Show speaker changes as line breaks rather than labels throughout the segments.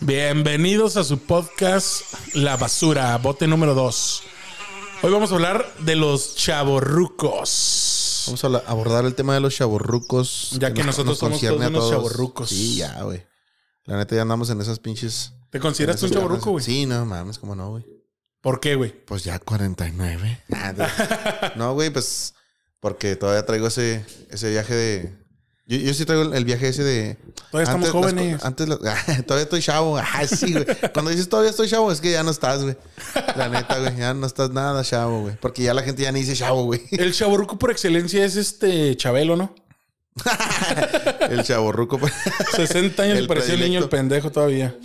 Bienvenidos a su podcast La Basura, bote número 2. Hoy vamos a hablar de los chavorrucos.
Vamos a la- abordar el tema de los chavorrucos.
Ya que nosotros somos
concierne
todos
a
unos chavorrucos.
Sí, ya, güey. La neta ya andamos en esas pinches.
¿Te consideras tú un
en esas
chavorruco, güey?
ganas. Sí, no mames, cómo no, güey.
¿Por qué, güey?
Pues ya 49. Nada. no, güey, pues porque todavía traigo ese, ese viaje de. Yo, yo sí traigo el- el viaje ese de.
Todavía estamos
las co-
jóvenes.
antes las- todavía estoy chavo. Ah, sí, güey. Cuando dices todavía estoy chavo, es que ya no estás, güey. La neta, güey. Ya no estás nada chavo, güey. Porque ya la gente ya ni dice chavo, güey.
El chavorruco por excelencia es este Chabelo, ¿no?
El chavorruco. pues.
60 años
El
y parecía el niño el
predilecto.
pendejo todavía.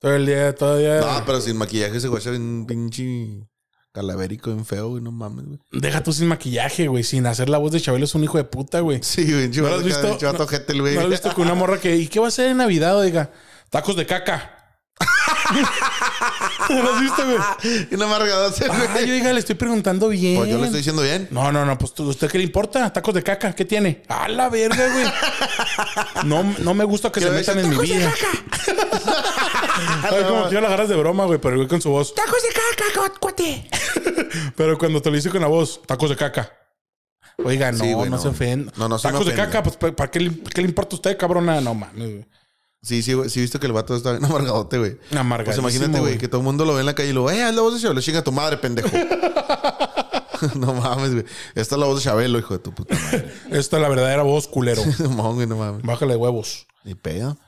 Todo el día, todavía.
No, pero sin maquillaje ese güey se ve un pinche calavérico bien feo, güey. No mames, güey.
Deja tú sin maquillaje, güey. Sin hacer la voz de Chabelo es un hijo de puta, güey.
Sí, güey.
¿No lo has visto?
Chivato
No-
ojete, el güey.
¿No has visto que una morra que... ¿Y qué va a hacer en Navidad? Diga, tacos de caca. ¿No lo has visto, güey?
Y no me ha regalado ese, güey.
Ah, yo, oiga, le estoy preguntando bien.
Pues yo le estoy diciendo bien.
No, no, no, pues ¿tú- ¿usted qué le importa? Tacos de caca, ¿qué tiene? A la verga, güey. No, no me gusta que se
le
metan en
dicen,
mi vida. Ay, como si yo la agarras de broma, güey, pero el güey con su voz.
Tacos de caca, cuate.
Pero cuando te lo dice con la voz, tacos de caca. Oiga, no,
Sí, güey,
no,
no.
se ofenda.
No, no, sí me
Tacos de
ofende.
caca, pues ¿para qué, le- qué le importa a usted, cabrona? No mames, güey.
Sí, sí, güey. Sí, he visto que el vato está bien amargadote, güey. Pues
Amargadísimo,
imagínate, güey, que todo el mundo lo ve en la calle y lo, eh, es la voz de Chabelo, chinga tu madre, pendejo. no mames, güey. Esta es la voz de Chabelo, hijo de tu puta madre.
Esta es la verdadera voz, culero.
Simón, güey, no mames.
Bájale de huevos.
Ni pedo.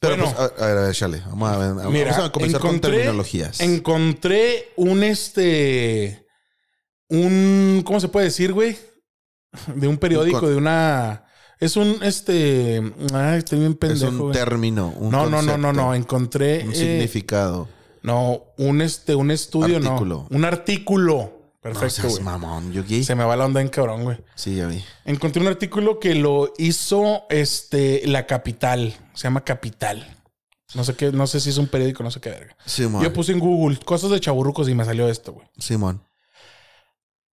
Pero
Bueno.
pues, a, a ver, a ver, chale. Vamos a, ver,
Mira,
Ah, vamos a comenzar con
encontré-
terminologías.
Encontré un este. Un. ¿Cómo se puede decir, güey? De un periódico,
Un con-
de una. Es un este. Ay, estoy bien
Es
pendejo.
un
güey.
término, un
no, no, no, no,
concepto,
no. Encontré.
Un
eh,
significado.
no, un este, un estudio,
Artículo.
no. Un artículo.
No
Perfecto,
seas
güey.
mamón, yo gay.
Se me va la onda en cabrón, güey.
Sí, ya vi.
Encontré un artículo que lo hizo este la capital. Se llama Capital. No sé qué, no sé si es un periódico, no sé qué verga.
Simón.
Yo puse en Google cosas de chaburrucos y me salió esto, güey.
Simón.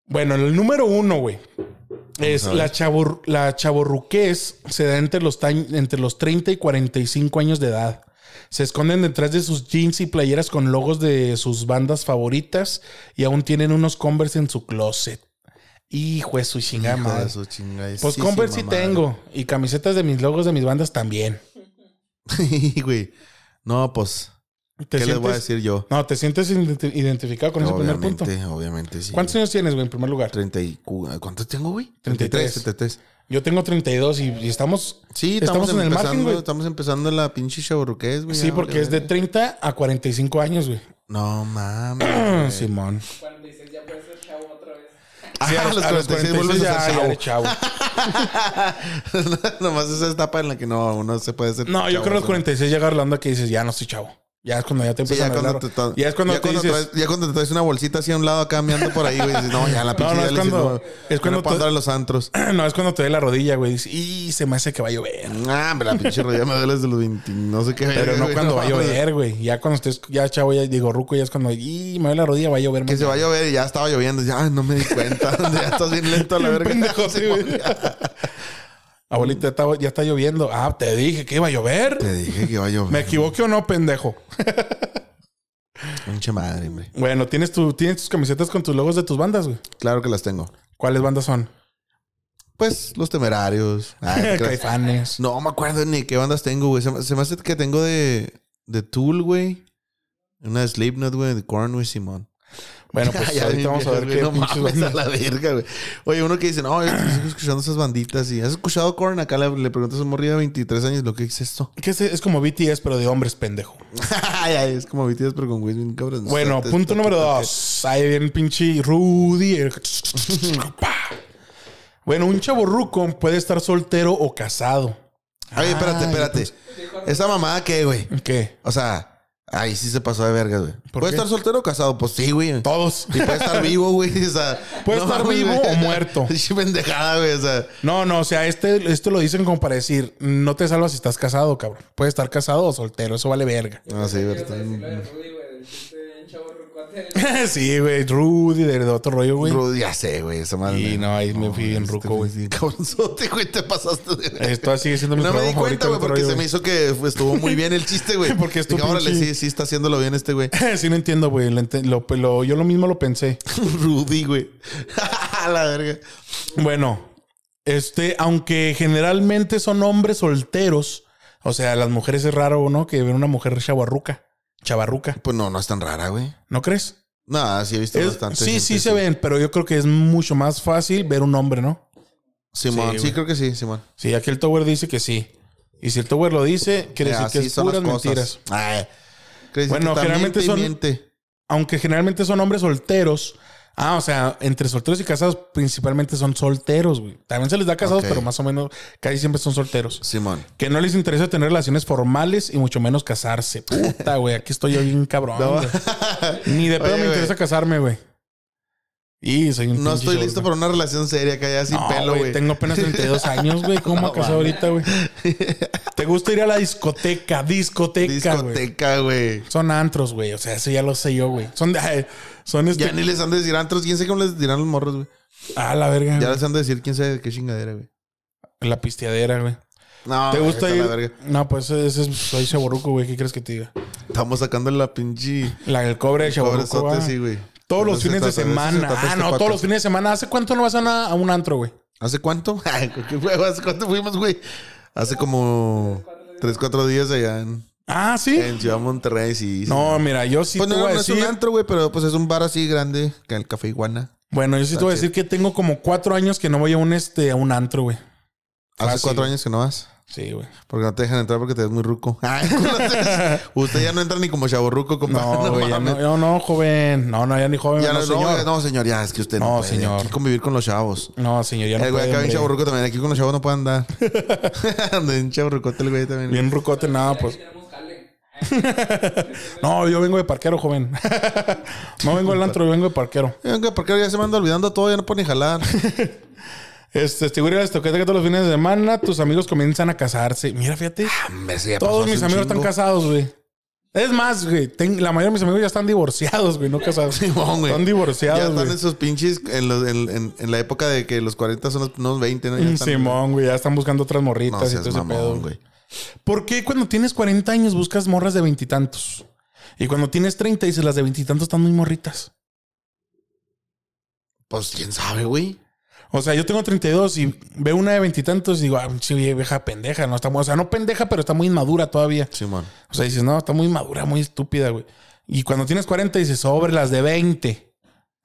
Bueno, el número uno, güey, es
a ver.
la, chabur, la chaborruquez se da entre los, tañ- entre los 30 y 45 años de edad. Se esconden detrás de sus jeans y playeras con logos de sus bandas favoritas y aún tienen unos Converse en su closet. Hijo de su chingada
Hijo de
madre.
su chingadísima
Pues Converse sí
madre.
tengo y camisetas de mis logos de mis bandas también.
güey. No, pues,
¿Te
¿qué les
sientes-
voy a decir yo?
No, te sientes identi- identificado con ese primer punto.
obviamente, obviamente, sí.
¿Cuántos años tienes, güey, en primer lugar?
30 y cu- ¿Cuántos tengo, güey?
33.
33.
Yo tengo 32 y, y estamos.
Sí,
Estamos
estamos,
en el
empezando,
margen, güey.
Estamos empezando la pinche chaburruqués, güey.
Sí,
ya,
porque
vale,
es de
vale.
30 a 45 años, güey. Ah,
No mames. güey.
Simón.
46 ya puede ser chavo otra vez.
Ah,
Sí, a, los, a los 46
vuelves
ya,
a ser
ya eres
chavo.
chavo.
Nomás esa etapa en la que no, uno se puede ser
No, yo creo que a los 46 llega la onda que dices, ya no soy chavo. Ya es cuando ya te
Sí,
empiezan
ya,
a
cuando
hablar.
te, to-
ya es cuando
ya
te dices.
traes, ya cuando te traes una bolsita así a un lado cambiando por ahí, güey, dices, no, ya la
No,
pinche
no,
ya
es
le hice,
cuando-
no,
es
ya
cuando
no puedo
to-
andar a los antros.
no, es cuando te ve la rodilla, güey. Dices, y se me hace que va a llover.
Ah, hombre, la pinche rodilla me duele desde los 20, no sé qué.
Pero
verga,
no
güey,
cuando va a
mames.
llover, güey. Ya cuando estés, ya chavo, ya digo ruco, ya es cuando, y me ve la rodilla, va a llover.
Que se va a llover y ya estaba lloviendo, ya no me di cuenta, ya estás bien lento a la verga.
Pendejo, sí, güey.
Simón, ya.
Abuelita, está- ya está lloviendo. Ah, te dije que iba a llover.
Te dije que va a llover.
¿Me equivoqué o no, pendejo?
Pinche madre, hombre.
Bueno, tienes, tu, tienes tus camisetas con tus logos de tus bandas, güey.
Claro que las tengo.
¿Cuáles bandas son?
Pues los temerarios. Ay, ¿qué crees?
Caifanes.
No me acuerdo ni qué bandas tengo, güey. Se, me- se me hace que tengo de, de Tool, güey. Una de Slipknot, güey, de Korn, güey, Simón.
Bueno, pues
Ya,
ahorita
bien
vamos a ver qué
viejas, güey, no
pinches
mames,
bandas.
a la verga, güey. Oye, uno que dice, no, yo estoy escuchando esas banditas y... ¿Has escuchado Korn? Acá le, le preguntas a un morrillo de 23 años lo que es esto.
Que es, es como BTS, pero de hombres, pendejo.
Ay, ay, es como BTS, pero con güey bien Este, cabrón.
Bueno, punto número dos. Ahí viene el pinche Rudy. el- Pa. Bueno, un chavo ruco puede estar soltero o casado.
este. Oye, espérate, espérate.
pues,
¿Esa mamada qué, güey?
¿Qué?
O sea, ahí sí se pasó de vergas, güey.
¿Por
¿Puede
qué?
estar soltero o casado? Pues sí, güey.
Todos.
Y puede estar vivo, güey. O sea,
Puede estar vivo
güey.
o muerto.
Pinche pendejada, güey. O sea,
No, no, o sea, este, esto lo dicen como para decir, no te salvas si estás casado, cabrón. Puedes estar casado o soltero, eso vale verga.
no sé,
Yo
güey.
sé
está-
decirlo de Rudy, güey. del chiste bien chavo rucuate. parte del.
sí, güey. Rudy, de, de otro rollo, güey.
Rudy, ya sé, güey, esa madre.
Y no, ahí me fui bien
este
ruco,
fue
güey.
bien Cabronzote, güey, te pasaste de.
Esto sigue siendo mi
No me
programa
di cuenta,
favorito,
güey,
otro
porque
rollo,
se me
güey.
hizo que pues, estuvo muy bien el chiste, güey.
Porque es tu
Dije, órale,
pinche-
sí, sí, está haciéndolo bien este güey.
sí, no entiendo, güey. Lo ente- lo- lo- yo lo mismo lo pensé.
Rudy, güey. A la verga.
Bueno, este, aunque generalmente son hombres solteros, o sea, las mujeres es raro, ¿no? Que ven una mujer chavarruca, chavarruca,
Pues no, no es tan rara, güey.
¿no crees?
No, sí he visto
Es-
bastante.
sí,
gente,
sí se ven, pero yo creo que es mucho más fácil ver un hombre, ¿no?
Simón,
Sí,
sí,
güey.
creo que sí, Simón.
Sí, aquí el Tower dice que sí. Y si el Tower lo dice, quiere
Eh,
decir que
así
es puras mentiras.
Ay. Ah, eh. Quiere decir
Bueno,
que también
generalmente
te
son-
miente.
Aunque generalmente son hombres solteros. Ah, o sea, entre solteros y casados principalmente son solteros, güey. También se les da casados,
Ok.
pero más o menos casi siempre son solteros.
Simón.
Que no les interesa tener relaciones formales y mucho menos casarse. Puta, güey. Aquí estoy yo bien cabrón.
No.
güey. Ni de pedo
Oye,
me
güey.
interesa casarme, güey. Y soy un
No
pinche
estoy
short,
listo
güey.
para una relación seria que haya sin
No,
pelo, güey.
Tengo apenas 32 años, güey. ¿Cómo
No,
me casado
mames.
ahorita, güey? ¿Te gusta ir a la discoteca? Discoteca, güey.
Discoteca, güey.
Son antros, güey. O sea, eso ya lo sé yo, güey. Son de- ay, Son este.
Ya ni les han de decir antros. ¿Quién sabe cómo les dirán los morros, güey?
Ah, la verga.
Ya
güey.
les han de decir quién sabe qué chingadera, güey.
La pisteadera, güey.
No,
¿Te
güey,
gusta
Ah, está la
ir?
verga.
No, pues ese es. Soy chaborruco, güey. ¿Qué crees que te diga?
Estamos sacando la pinche.
La, el cobre de chaborruco. ah,
Pobrezote,
va.
sí, güey.
Todos los
Entonces,
fines de
trata-
semana.
eso se trata
Ah,
este
no, todos
podcast.
los fines de semana. ¿Hace cuánto no vas a, una- a un antro, güey?
¿Hace cuánto? Ay, ¿qué fue? ¿Hace cuánto fuimos, güey? Hace como 3, 4 días allá en,
Ah, sí.
en Ciudad Monterrey, Eh, sí. sí.
no, mira, yo sí
pues
te
no,
voy a
no es un
decir.
antro, güey, pero pues es un bar así grande que el Café Iguana.
Bueno, yo sí te voy a
Está
decir que tengo como cuatro años que no voy a un este a un antro, güey.
Hace
Fácil.
4 años que no vas.
Sí, güey.
Porque no te dejan entrar porque te ves muy ruco. Ay, culotes. Usted ya no entra ni como chaborruco, compa.
No, güey, ya
mames.
no, yo no, joven. No, no, ya ni joven.
Ya
no,
no,
señor.
no, señor, ya es que usted no,
No,
puede.
señor.
Hay que convivir con los chavos.
No, señor, ya no
el Eh, güey
puede,
acá bien
hombre.
chaborruco también. Aquí con los chavos no puede andar. Anda en chaborrucote el güey también.
Bien rucote, nada,
Aquí
pues.
tenemos jale.
No, yo vengo de parquero, joven. no vengo del antro, yo vengo de parquero.
Eh, güey, porque ya se me anda olvidando todo, ya no puedo ni jalar.
Este, este, güey, la estoqueta que todos los fines de semana tus amigos comienzan a casarse. Mira, fíjate.
Ah, Hombre, sí, ya pasó
Todos
hace
mis
un
amigos están
chingo.
casados, güey. Es más, güey, ten- la mayoría de mis amigos ya están divorciados, güey, no casados.
Simón, güey.
Están
Ya
divorciados,
están
güey.
en sus pinches, en, los- en- en- en la época de que los 40 son los- unos 20, ¿no? Ya están-
Simón, güey, ya están buscando otras
No
morritas y
seas
todo ese pedo.
mamón,
güey.
güey.
¿Por qué cuando tienes 40 años buscas morras de veintitantos? Y, cuando tienes 30 dices las de veintitantos están muy morritas.
Pues quién sabe, güey.
O sea, yo tengo 32 y veo una de veintitantos y digo, ah, sí, vieja pendeja, no está muy, o sea, no pendeja, pero está muy inmadura todavía.
Simón.
O sea, dices, no, está muy inmadura, muy estúpida, güey. Y cuando tienes 40 dices, sobre las de 20.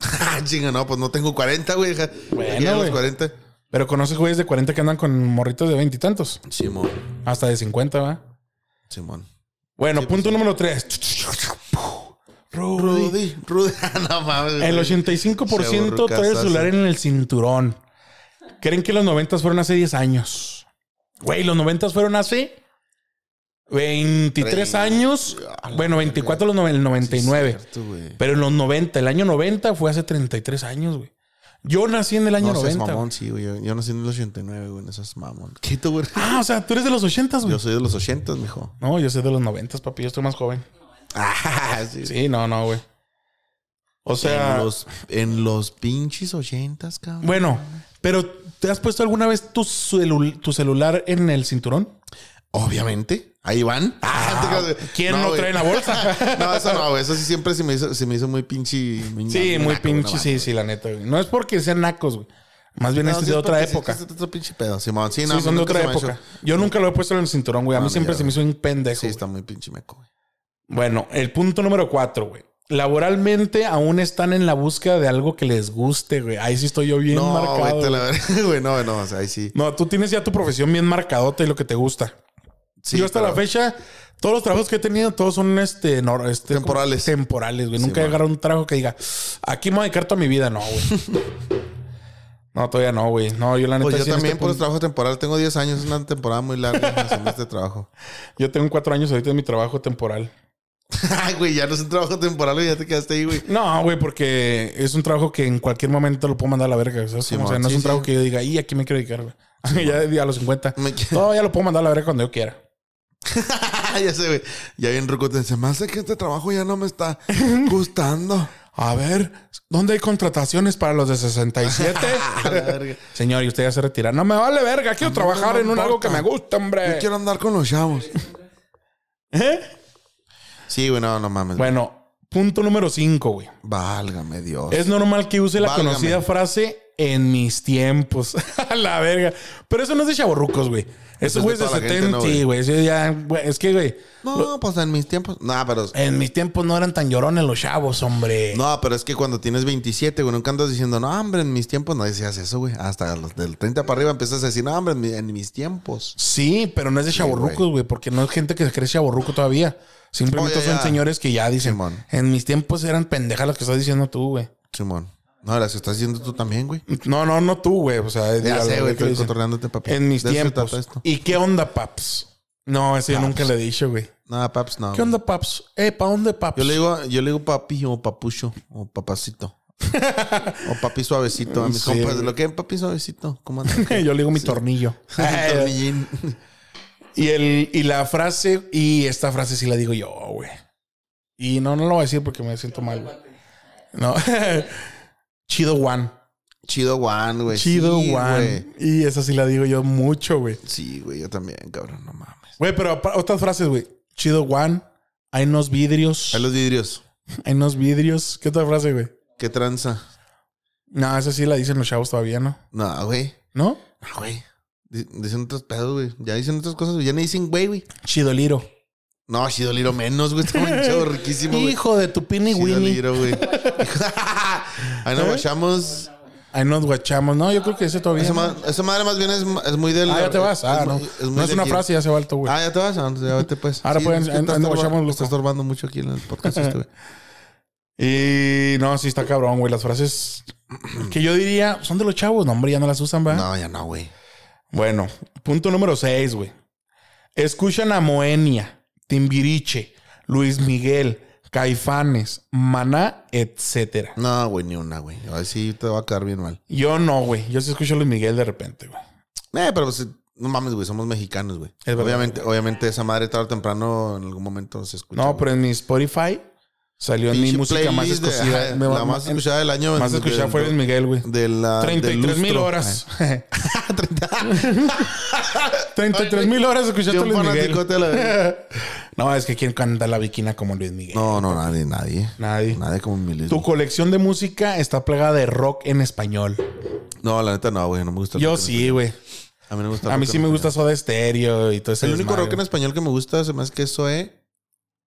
Ah, chinga, no, pues no tengo 40, güey. ja.
Bueno,
Aquí a los
güey.
40.
Pero conoces güeyes de 40 que andan con morritos de veintitantos.
Simón.
Hasta de 50, ¿va?
Simón.
Bueno,
pues
punto número 3.
Rudy, Rudy. ah, no mames.
El
güey.
85% trae el
Chaborrucazazo.
celular en el cinturón. Creen que los 90 fueron hace 10 años. Güey, los 90 fueron hace 23
Treinta.
años.
A la
Bueno, 24 los no- el
Sí,
99.
cierto, güey.
Pero en los 90, el año 90 fue hace 33 años, güey. Yo nací en el año
No seas
90. güey.
mamón, sí, güey. Yo, yo nací en el 89, güey. No seas mamón. ¿Qué tú, güey?
Ah, o sea, tú eres de los 80, güey.
Yo soy de los 80, mijo.
No, yo soy de los 90, papi. Yo estoy más joven.
Ah, sí.
Sí, no, no, güey. O sea,
en, los, en los pinches 80, cabrón.
bueno, pero ¿te has puesto alguna vez tu, celu- tu celular en el cinturón?
Obviamente. Ahí van. Ah, te creas.
¿Quién no,
güey.
trae en la bolsa?
No, eso no, güey. Eso sí siempre se me hizo, se me hizo muy Ah, pinche.
sí, muy
naco,
pinche,
no
sí, sí, la neta, güey. No es porque sean nacos, güey. Más bien
No,
este
sí
es de
es
otra
porque sí,
época.
este es otro pinche pedo, Simón. Sí, no,
sí,
a mí
son de
nunca
otra
se me ha hecho.
época. Yo nunca lo he puesto en el cinturón, güey. A mí
No, ni
siempre
yo,
se me hizo un pendejo.
Sí,
güey.
está muy pinche meco, güey.
Bueno, el punto número cuatro, güey. Laboralmente aún están en la búsqueda de algo que les guste, güey. Ahí sí estoy yo bien
No,
marcado.
güey, te
güey.
la verga, güey. No, no, o sea, ahí sí.
No, tú tienes ya tu profesión bien marcadota y lo que te gusta.
Sí,
Yo hasta
pero-
la fecha, todos los trabajos que he tenido, todos son este, no, este
Temporales.
como- temporales, güey. Nunca he
man.
agarrado un trabajo que diga, aquí me voy a dedicar toda mi vida. No, güey. no, todavía no, güey. No, yo la neta.
Pues yo
sí en
también
este
por los
punto-
trabajos temporales tengo 10 años, es una temporada muy larga haciendo este trabajo.
Yo tengo cuatro años ahorita en mi trabajo temporal.
Ay, güey, ya no es un trabajo temporal, güey, ya te quedaste ahí, güey.
No, güey, porque es un trabajo que en cualquier momento lo puedo mandar a la verga. ¿sabes?
Sí,
Como, o sea,
man.
no es
Sí,
un
sí.
trabajo que yo diga, y aquí me quiero dedicar, güey. ya a los 50.
Me quedo-
No, ya lo puedo mandar a la verga cuando yo quiera.
ya sé, güey. Ya bien ruco te dice, más de que este trabajo ya no me está gustando.
A ver, ¿dónde hay contrataciones para los de 67?
A la verga.
Señor, y usted ya se retira. No me vale verga, quiero trabajar
me
en un algo que
importa.
me gusta, hombre.
Yo quiero andar con los chavos.
¿Eh?
Sí, güey, no, no mames.
Bueno, punto número 5, güey.
Válgame Dios.
Es normal que use la
Válgame.
conocida frase en mis tiempos. A la verga. Pero eso no es de chavorrucos, güey. Eso,
es
güey, es
de
de
toda la gente,
70,
¿no, güey?
güey. Eso ya, güey, Es que, güey,
No, pues en mis tiempos. No, pero.
en mis tiempos no eran tan llorones los chavos, hombre.
No, pero es que cuando tienes 27, güey, nunca andas diciendo, no, hombre, en mis tiempos no decías eso, güey. Hasta los del 30 para arriba empiezas a decir, no, hombre, en, mi- en mis tiempos.
Sí, pero no es de chavorrucos,
güey.
güey, porque no es gente que se cree chavorruco todavía. Simplemente
Oye,
son
ya.
señores que ya dicen,
Simón.
en mis tiempos eran pendejas las que estás diciendo tú, güey.
Simón. No, las estás diciendo tú también, güey.
No, no, no tú, güey. O sea,
Ya
digo,
sé,
lo
güey,
que
estoy
dicen.
contorneándote, papi.
En mis
De eso se
tiempos.
trata esto.
¿Y qué onda, paps? No, eso yo nunca le he dicho, güey.
No, paps, no.
¿Qué onda, paps? Eh, ¿pa' dónde, paps?
Yo le digo, yo le digo papi o papucho o papacito. o papi suavecito a mis
Sí,
compas.
güey.
Lo que es papi suavecito, ¿cómo andas?
Yo le digo mi tornillo.
Tornillín.
y, el, y la frase, y esta frase sí la digo yo, güey. Y no, no lo voy a decir porque me siento mal, güey. No. Chido Juan.
Chido Juan, güey.
Chido
Sí,
Juan.
güey.
Y esa sí la digo yo mucho, güey.
Sí, güey, yo también, cabrón, no mames.
Güey, pero apa- otras frases, güey. Chido Juan. Hay unos vidrios.
A los vidrios.
Hay unos vidrios. ¿Qué otra frase, güey?
¿Qué tranza?
No, esa sí la dicen los chavos todavía, ¿no?
No, güey.
¿No?
No, güey. Di- Dicen otros pedos, güey. Ya dicen otras cosas, güey. Ya me dicen, güey, güey.
Chido Liro.
No, Chido Liro menos, güey. Está un chavo riquísimo, güey.
Hijo de tu pini
Chido
Winnie.
Liro, güey. Ahí nos
¿Eh?
guachamos.
Ahí nos guachamos. No, yo creo que ese todavía.
Esa,
no.
ma- esa madre más bien es, es muy del.
Ah, ya te vas. Ah,
es
no.
muy- es muy
no es
de
una
aquí.
frase, ya se va alto, güey.
Ah, ya te vas. Ah, ya vete, pues.
Ahora pueden-
es que
ahí-
estás
ahí nos
estorba-
guachamos, loco.
Estás estorbando mucho aquí en el podcast. este, güey.
Y no, sí está cabrón, güey. Las frases que yo diría son de los chavos. No, hombre, ya no las usan, va.
no, ya no, güey.
Bueno, punto número 6, güey. Escuchan a Moenia, Timbiriche, Luis Miguel, Caifanes, Maná, etcétera.
No, güey, ni una, güey. Ahora sí te va a quedar bien mal.
Yo no, güey. Yo sí escucho a Luis Miguel de repente, güey.
Eh, pero pues, no mames, güey. Somos mexicanos, güey.
Es verdad.
Obviamente, obviamente esa madre tarde o temprano en algún momento se escucha.
No,
güey.
pero en mi Spotify salió en mi
Pinche
música más
playlist de-
escuchada.
ajá,
Me va-
la más
en-
escuchada del año.
más
de-
escuchada
de-
fue Luis Miguel, güey.
De la. del
33 mil
lustro.
horas.
Ah, 30.
33 mil horas escuchaste
Yo
a
un
Luis Miguel.
fanaticote a la verga.
No, es que quién canta la viquina como Luis Miguel.
No, no, nadie, nadie.
Nadie.
Nadie como mi Luis.
Tu colección de música está plagada de rock en español.
No, la neta no, güey. No me gusta. el
Yo
rock en
sí, güey.
español. A mí no me gusta. el
A mí
rock
sí
en
me
español.
gusta Soda Stereo y todo ese
El único
desmadre.
rock en español que me gusta se me hace que es Zoé.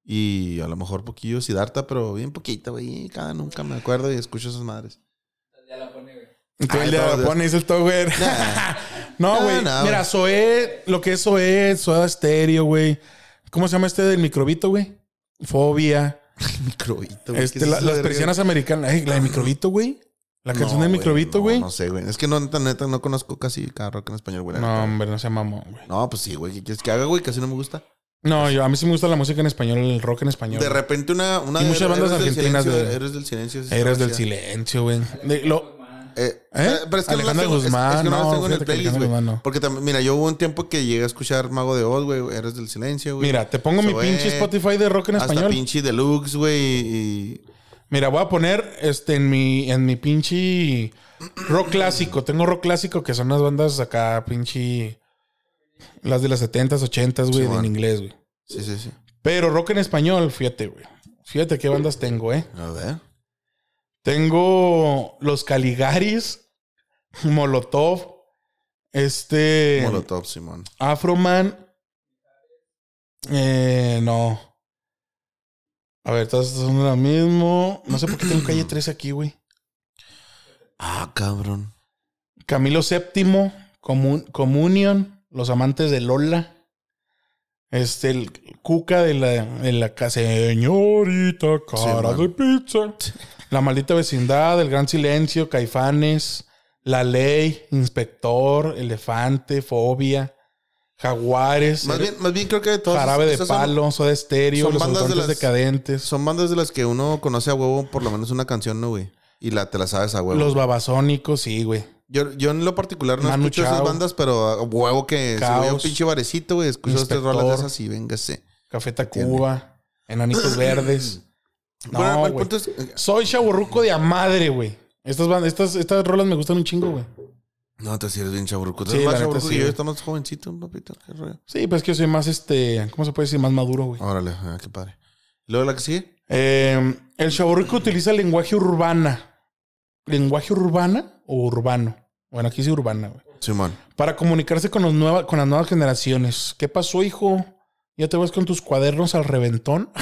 Y a lo mejor poquillo Sidarta, pero bien poquito, güey. Cada nunca me acuerdo y escucho esas madres.
Ya la pone, güey.
Y tú
Ay,
el día
todos
la pones el Tower.
Ah,
No,
No,
güey.
no,
Mira,
güey.
Zoé, lo que es Zoé, Soda Stereo, güey. ¿Cómo se llama este del microbito, güey? Fobia.
Microbito, güey.
Este, la- las persianas americanas. Ay, la de microbito, güey. La canción de
de
microbito, güey.
No,
No,
sé, güey. Es que no, neta, neta, no conozco casi cada rock en español, güey. la neta.
hombre, no se mamón, güey.
No, pues sí, güey. ¿Qué quieres que haga, güey? Casi no me gusta.
No, yo a mí sí me gusta la música en español, el rock en español.
De repente una... una
Y
de-
muchas bandas
Héroes del
argentinas
Silencio,
de-
Héroes del silencio. sí,
Eres
está
del
chida.
silencio, güey. De- lo-
Eh,
¿Eh?
Pero es que
Alejandro
no las tengo, es-
Guzmán,
es que no, las
no,
tengo en
fíjate
el
que
playlist,
Alejandro
güey.
Guzmán no.
Porque también, mira, yo hubo un tiempo que llegué a escuchar Mago de Oz, güey, Héroes del Silencio, güey.
Mira, te pongo mi
Zoé,
pinche Spotify de rock en
Hasta
español.
pinche deluxe, güey, y...
Mira, voy a poner este en mi en mi pinche rock clásico. Tengo rock clásico que son las bandas acá pinche las de las 70s, 80s, güey,
Simón.
en inglés, güey.
Sí, sí, sí.
Pero rock en español, fíjate, güey. Fíjate qué bandas tengo, eh.
A ver.
Tengo los Caligaris, Molotov, este
Molotov, Simón.
Afroman. Eh, no. A ver, todas estas son de la mismo. No sé por qué tengo calle 3 aquí, güey.
Ah, cabrón.
Camilo VII, Comun- Communion, Los Amantes de Lola, este, el Cuca de la, de la ca- señorita cara
Sí,
de pizza, La Maldita Vecindad, El Gran Silencio, Caifanes, La Ley, Inspector, Elefante, Fobia, Jaguares,
Más bien, más bien creo que de todas
Jarabe de
esas son-
Palo, Soda Stereo,
son
Los
bandas de
Autontes
las-
Decadentes,
Son bandas de las que uno conoce a huevo por lo menos una canción, ¿no, güey? Y la, te la sabes a huevo.
Los Babasónicos, sí, güey.
Yo, yo en lo particular no
Manu
escucho esas
Chao.
bandas, pero a huevo que si voy a un
Caos.
pinche barecito, güey, escucho estas
Inspector.
rolas de esas y véngase.
Café Tacuba, Enanitos Verdes, No,
bueno, el
güey.
punto es.
Soy chaburruco de a madre, güey. Estas, ban- estas, estas rolas me gustan un chingo, güey.
No, te eres bien chaburruco. Tú
Sí,
eres
la
más
neta
chaburruco
sí,
que yo.
güey.
Estamos jovencitos, papito. Qué rollo.
Sí, pues es que yo soy más, este, ¿cómo se puede decir? Más maduro, güey.
Órale, ah, qué padre. Luego la que sigue.
Eh, el chaburruco utiliza lenguaje urbana. ¿Lenguaje urbana o urbano? Bueno, aquí sí urbana, güey.
Simón.
Para comunicarse con, los nueva- con las nuevas generaciones. ¿Qué pasó, hijo? ¿Ya te vas con tus cuadernos al reventón?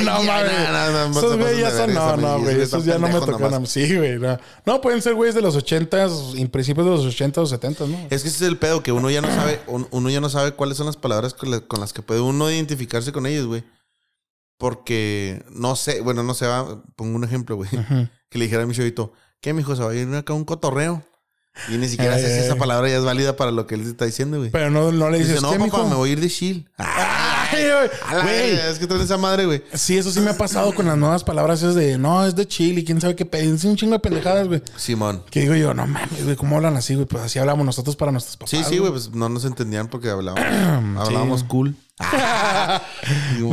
no
ya,
mames.
no, no, no,
Esos
no,
güeyes ya
no,
son-
no,
No,
no,
no,
no,
güey.
no,
Esos ya no me
pendejo
tocan a mí.
nomás.
Sí, güey. No. No, pueden ser güeyes de los ochentas, en principios de los ochentas o setentas, ¿no?
Es que ese es el pedo, que uno ya no sabe, un- uno ya no sabe cuáles son las palabras con, la- con las que puede uno identificarse con ellos, güey. Porque no sé, bueno, no sé, va, pongo un ejemplo, güey.
Ujú.
Que le dijera a mi chavito, ¿qué, mijo? Se va a ir acá a un cotorreo. Y ni siquiera
Ay,
sé si
ay,
esa
ay.
palabra ya es válida para lo que él está diciendo, güey.
Pero no, no le
Dice,
dices,
no,
¿qué,
papá,
mijo? Ah,
me voy a ir de chill.
Ay, güey.
A la
Güey,
verga, es que traen esa madre, güey.
Sí, eso sí me ha pasado con las nuevas palabras esas de no, es de Chile, quién sabe qué pedís, un chingo de pendejadas, güey.
Simón.
Que digo yo, no mames, güey, ¿cómo hablan así, güey? Pues así hablamos nosotros para nuestros papás.
Sí, sí, güey, pues no nos entendían porque hablábamos, hablábamos cool. Digo,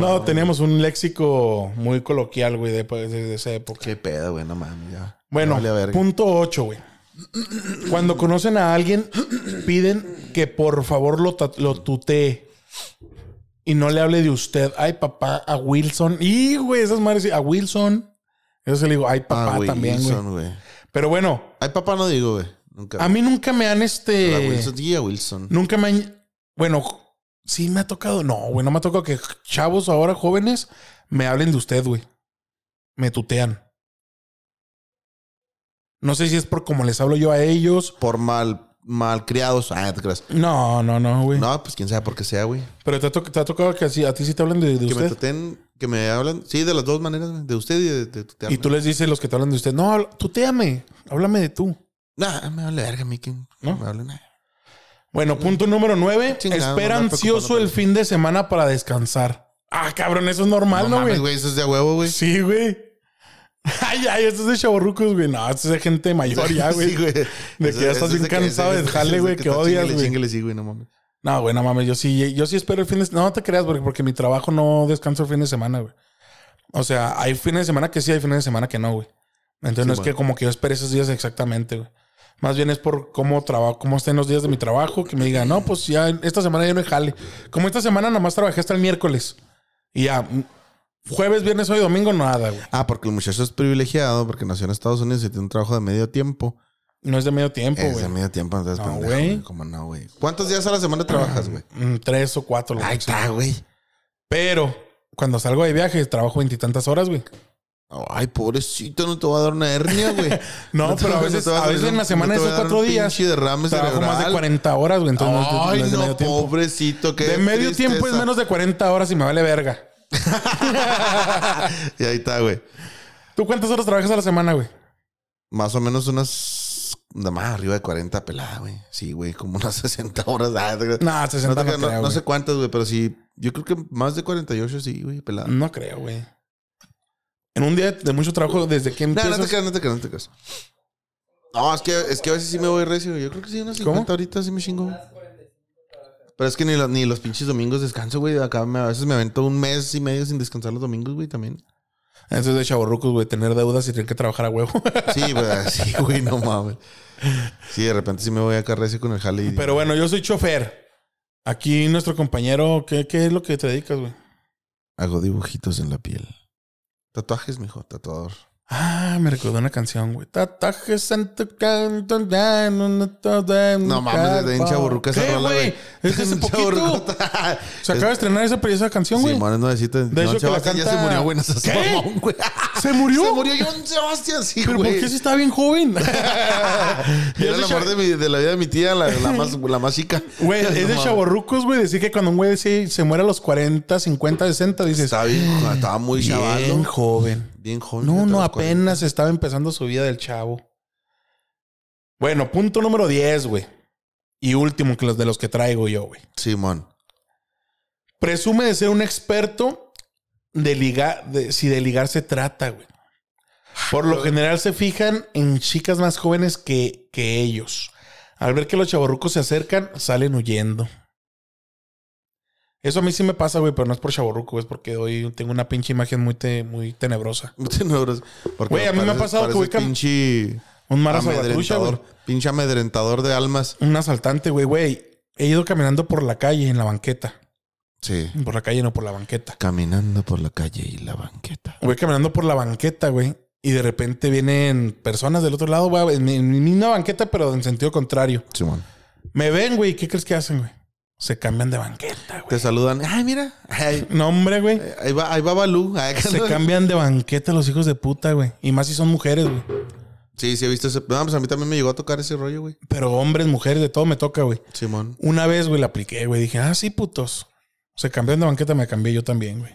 No, teníamos un léxico muy coloquial, güey, de, pues, de esa época.
Qué pedo, güey, no mames, ya.
Bueno,
Vale, a ver.
punto 8, güey. Cuando conocen a alguien, piden que por favor lo, ta- lo tutee. Y no le hable de usted. Ay, papá, a Wilson. Y, güey, esas madres. sí, A Wilson. Eso se le digo, ay, papá
Ah, güey,
también, güey.
Wilson, güey.
Pero bueno,
Ay, papá no digo, güey. Nunca.
a mí nunca me han este.
A Wilson, sí, a Wilson.
Nunca me han. Bueno, sí me ha tocado. No, güey, no me ha tocado que chavos ahora jóvenes me hablen de usted, güey. Me tutean. No sé si es por cómo les hablo yo a ellos.
Por mal, malcriados. Ah, te creas.
No, no, no, güey.
No, pues quién sabe por qué sea, güey.
Pero te ha, to- te ha tocado que así, a ti sí te hablan de, de
Que me
usted.
traten, que me hablan. Sí, de las dos maneras, güey. De usted y de, de tutearme.
Y tú les dices los que te hablan de usted, no, tuteame, háblame de tú.
Nah, me vale verga a mí que que me hablen.
Ah,
nah.
Bueno, punto número nueve.
Chingado,
Espera
no me preocupa,
ansioso
no
el
pasa.
fin de semana para descansar. Ah, cabrón, eso es normal,
No
¿no,
mames,
güey?
güey, eso es de a huevo, güey.
Sí, güey. Ay, ay, esto es de chavorrucos, güey. No, esto es de gente mayor ya, güey.
Sí, güey. De
que ya estás bien cansado del jale, güey, que odias, güey.
sí, güey, no mames.
No, güey, no mames. Yo sí, yo sí espero el fin de semana. No te creas, porque, porque mi trabajo no descanso el fin de semana, güey. O sea, hay fines de semana que sí, hay fines de semana que no, güey. Entonces
Sí,
no es
bueno.
que como que yo espere esos días exactamente, güey. Más bien es por cómo trabajo, cómo estén los días de mi trabajo, que me digan, no, pues ya esta semana ya no hay jale. Como esta semana nomás trabajé hasta el miércoles. Y ya, mm, jueves, viernes, hoy, domingo, nada, güey.
Ah, porque el muchacho es privilegiado porque nació en Estados Unidos y tiene un trabajo de medio tiempo.
No es de medio tiempo,
Es
güey.
de medio tiempo, entonces,
No,
pendejo,
güey.
güey, ¿Cómo no, güey? ¿Cuántos días a la semana trabajas, güey?
Mm, Tres o cuatro. lo
Ahí
que sea.
está, güey.
Pero cuando salgo de viaje, trabajo veintitantas horas, güey.
Ay, pobrecito, no te va a dar una hernia, güey.
No,
te
pero a
va- no
veces,
te va
a
dar
veces en
un-
la semana
no te
esos
va a dar
cuatro
un
días
pinche derrame
trabajo más de
cerebral.
40 horas, güey. Entonces no es de-
Pues Ay,
no es de
no,
medio tiempo.
pobrecito. qué
De medio
tristeza.
tiempo es menos de 40 horas y me vale verga.
y ahí está, güey.
¿Tú cuántas horas trabajas a la semana, güey?
Más o menos unas. Nada más arriba de 40 pelada, güey. Sí, güey, como unas 60 horas. Ah, te-
Nah,
no,
60
te-
no,
no-
creo,
no
güey.
sé cuántas, güey, pero sí. Yo creo que más de 48, sí, güey, pelada.
No creo, güey. En un día de mucho trabajo, ¿desde que
No,
empiezas?
no te creas, no te creas, no te creas. No, es que, es que a veces sí me voy recio. güey. Yo creo que sí, unas
¿Cómo?
50 ahorita sí me chingo. Pero es que ni, los- ni los pinches domingos descanso, güey. Acá me- a veces me avento un mes y medio sin descansar los domingos, güey, también.
Ah, Eso es de chavorrucos, güey. Tener deudas y tener que trabajar a huevo.
Sí, güey, sí, güey, no mames. Sí, de repente sí me voy acá recio con el jale. y-
Pero bueno, yo soy chofer. Aquí nuestro compañero, ¿qué, qué es lo que te dedicas, güey?
Hago dibujitos en la piel. Tatuajes, mijo, tatuador.
Ah, me recordó una canción, güey. Tatajes en tu canto, ya no no te
No mames, desde en Chaburruca esa
¿Qué,
rola, güey.
Es de hace
En Chaburruca.
poquito. Se acaba de
Es-
estrenar esa, esa canción, güey.
Simón es 900.
De hecho,
Joan
que la
Sebastián ya se
canta-
murió, güey. No seas
¿Qué?
mamón, güey.
¿Se murió?
Se murió John Sebastián, sí,
¿Pero por
güey.
qué si está bien joven? Y
Era
es
el
de
amor de, mi- de la vida de mi tía, la, la más, la más chica.
Güey, es de
No,
chaborrucos, güey. Decir que cuando un güey dice, se muere a los 40, 50, 60, dices,
Estaba bien, estaba muy chaval.
bien
¿no?
joven.
Bien joven.
No,
fíjate,
no,
a los cuarenta.
apenas estaba empezando su vida del chavo. Bueno, punto número 10, güey. Y último que los de los que traigo yo, güey.
Simón.
Presume de ser un experto de ligar, de- si de ligar se trata, güey. Por lo general se fijan en chicas más jóvenes que, que ellos. Al ver que los chavorrucos se acercan, salen huyendo. Eso a mí sí me pasa, güey, pero no es por chaborruco, es porque hoy tengo una pinche imagen muy, te- muy tenebrosa.
Tenebroso. Porque
Güey, a mí me ha pasado que voy cam-
pinche
Un mar salvatrucha, güey.
amedrentador. Pinche amedrentador de almas.
Un asaltante, güey, güey. He ido caminando por la calle, en la banqueta.
Sí.
Por la calle, no por la banqueta.
Caminando por la calle y la banqueta.
Voy caminando por la banqueta, güey. Y de repente vienen personas del otro lado, güey, en en mi misma banqueta, pero en sentido contrario.
Simón.
Me ven, güey. ¿Qué crees que hacen, güey? Se cambian de banqueta,
Te
güey.
saludan. Ay, mira. Ay,
No, hombre, güey.
ahí va, ahí va Balú. Ay,
Se cambian de banqueta los hijos de puta, güey. Y más si son mujeres, güey.
Sí, sí, he visto ese. No, pues a mí también me llegó a tocar ese rollo, güey.
Pero hombres, mujeres, de todo me toca, güey.
Simón.
Una vez, güey, la apliqué, güey. Dije, ah, sí, putos. Se cambiaron de banqueta, me cambié yo también, güey.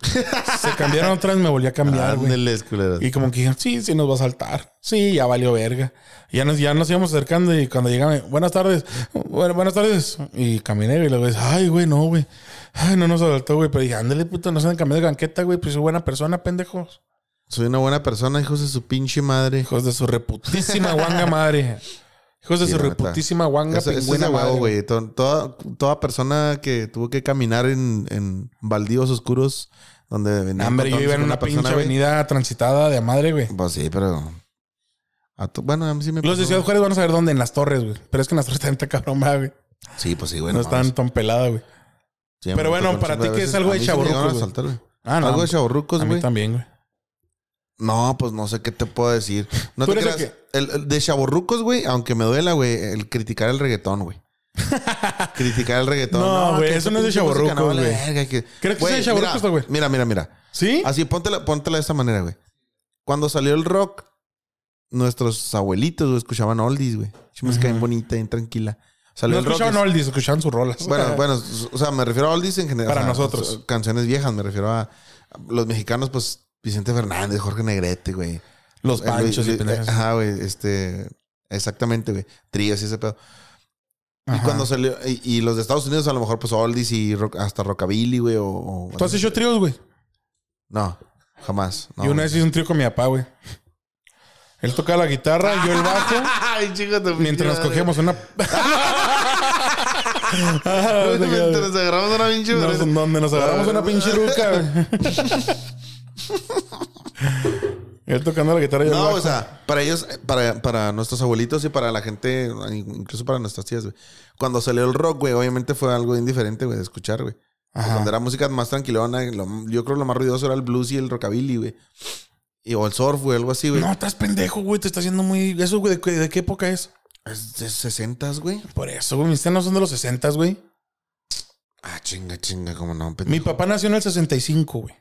Se cambiaron otras, me volví a cambiar, güey.
Ándeles, culeros.
Y como que dijeron, sí, sí nos va a saltar. Sí, ya valió verga. Ya nos, ya nos íbamos acercando y cuando llegaba, buenas tardes, bueno, buenas tardes. Y caminé, güey, y luego dice, ay, güey, no, güey. Ay, no nos saltó, güey. Pero dije, ándale, puto, no se han cambiado de banqueta, güey. Pues soy buena persona, pendejos.
Soy una buena persona, hijos de su pinche madre.
Hijos de su reputísima guanga madre. Hijos de
Sí,
su
la neta.
reputísima guanga
Eso, eso es
pingüina
de huevo,
madre,
güey. To- Toda, toda persona que tuvo que caminar en, en baldíos oscuros donde venía.
Hombre, yo iba en una pinche avenida transitada de a madre, güey.
Pues sí, pero. a tu- bueno, a mí sí me.
Los de
pasó,
Ciudad
güey.
Juárez van a saber dónde, en las torres, güey. Pero es que en las torres también está cabrón, va, güey.
Sí, pues sí, güey.
no
no mames.
están tan pelada, güey.
Sí,
pero
me
bueno,
tocó un
para
chingo
ti,
de
¿qué es
veces.
algo de
A mí sí me llegaron a
chavorrucos, güey?
saltar, güey.
Ah,
Algo de chaborrucos,
A mí
güey.
también, güey.
No, pues no sé qué te puedo decir. No
Tú
te
eres
creas.
el
El, el de chaborrucos, güey, aunque me duela, güey, el criticar el reggaetón, güey. criticar el reggaetón.
No, güey,
que
eso
esa
no es de
pinche música
chavorrucos,
vale
güey.
verga, que-
¿Crees que es de
mira,
chavorrucos, güey?
Mira, mira, mira.
¿Sí?
Así, póntela, póntela de esta manera, güey. Cuando salió el rock, nuestros abuelitos, güey, escuchaban oldies, güey. Es Música bien bonita, bien tranquila. Salió
No
el rock.
escuchaban
es-
oldies, escuchaban sus rolas.
bueno, bueno, o sea, me refiero a oldies en general.
Pues Para
o sea, pues,
nosotros.
Canciones viejas, me refiero a a los mexicanos, pues Vicente Fernández, Jorge Negrete, güey.
Los
Eh, Luis-
panchos y
Luis-
pendejas.
Ajá, güey, este. Exactamente, güey. Tríos y ese pedo. Y
Ajá.
cuando salió. Y, y los de Estados Unidos, a lo mejor, pues oldies y rock- hasta rockabilly, güey, o. o-
¿Tú has hecho tríos, güey?
No, jamás. No,
yo una vez hice un trío con mi papá, güey. Él tocaba la guitarra, yo el bajo,
Ay, chico, te
mientras nos cogíamos una... Ah, no te
Mientras
creas.
nos agarramos una pinche.
Nos-
verga.
donde nos agarramos una pinche ruca, güey. Él tocando la guitarra, yo el
No,
bajo.
o sea, para ellos, eh, para, para nuestros abuelitos y para la gente, eh, incluso para nuestras tías, güey. Cuando salió el rock, güey, obviamente fue algo indiferente, güey, de escuchar, güey.
Ajá.
Cuando era música más tranquilona, lo- yo creo que lo más ruidoso era el blues y el rockabilly, güey. Y, o el surf, güey, algo así, güey.
No, estás pendejo, güey. Te está haciendo muy. Eso, güey, ¿de, qué- de qué época es?
Es de 60, güey.
Por eso, güey. Mis tenis no son de los 60, güey.
Ah, chinga, chinga, como no. pendejo.
Mi papá nació en el 65, güey.